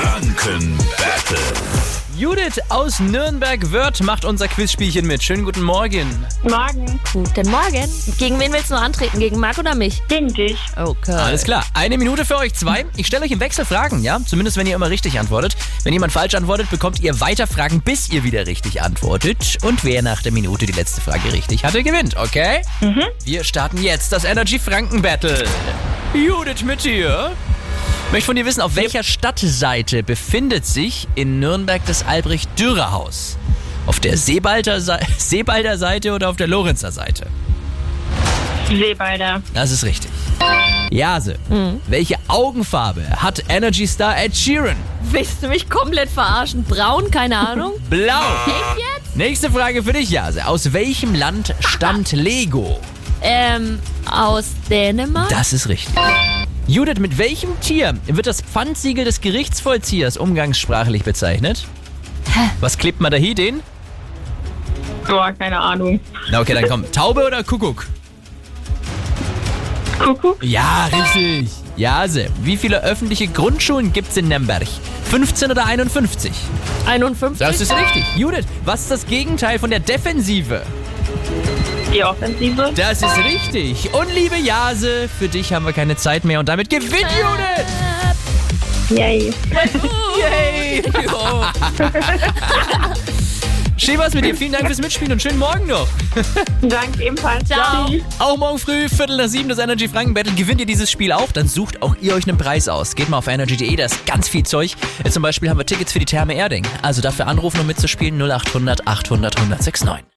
Franken Battle. Judith aus Nürnberg-Wörth macht unser Quizspielchen mit. Schönen guten Morgen. Morgen. Guten Morgen. Gegen wen willst du antreten? Gegen Marc oder mich? Gegen dich. Okay. Alles klar. Eine Minute für euch zwei. Ich stelle euch im Wechsel Fragen, ja? Zumindest wenn ihr immer richtig antwortet. Wenn jemand falsch antwortet, bekommt ihr weiter Fragen, bis ihr wieder richtig antwortet. Und wer nach der Minute die letzte Frage richtig hatte, gewinnt, okay? Wir starten jetzt das Energy Franken Battle. Judith mit dir. Möchte von dir wissen, auf welcher Stadtseite befindet sich in Nürnberg das Albrecht-Dürer-Haus? Auf der Seebalder, Se Seebalder Seite oder auf der Lorenzer Seite? Seebalder. Das ist richtig. Jase, welche Augenfarbe hat Energy Star Ed Sheeran? Willst du mich komplett verarschen? Braun? Keine Ahnung. Blau. Echt jetzt? Nächste Frage für dich, Jase. Aus welchem Land stammt Lego? Ähm, aus Dänemark? Das ist richtig. Judith, mit welchem Tier wird das Pfandsiegel des Gerichtsvollziehers umgangssprachlich bezeichnet? Was klebt man da hier den? Boah, keine Ahnung. Na okay, dann komm. Taube oder Kuckuck? Kuckuck. Ja, richtig. Jase, wie viele öffentliche Grundschulen gibt's in Nürnberg? 15 oder 51? 51? Das ist richtig. Judith, was ist das Gegenteil von der Defensive? Die Offensive. Das ist richtig. Und liebe Jase, für dich haben wir keine Zeit mehr und damit gewinnt Judith! Yay. Yay! Jo. Schäbers mit dir, vielen Dank fürs Mitspielen und schönen Morgen noch. Danke ebenfalls. Ciao. Tschüss. Auch morgen früh, Viertel nach sieben, das Energy Franken Battle. Gewinnt ihr dieses Spiel auch? Dann sucht auch ihr euch einen Preis aus. Geht mal auf energy.de, da ist ganz viel Zeug. Äh, Zum Beispiel haben wir Tickets für die Therme Erding. Also dafür anrufen, um mitzuspielen 0800 800 1069.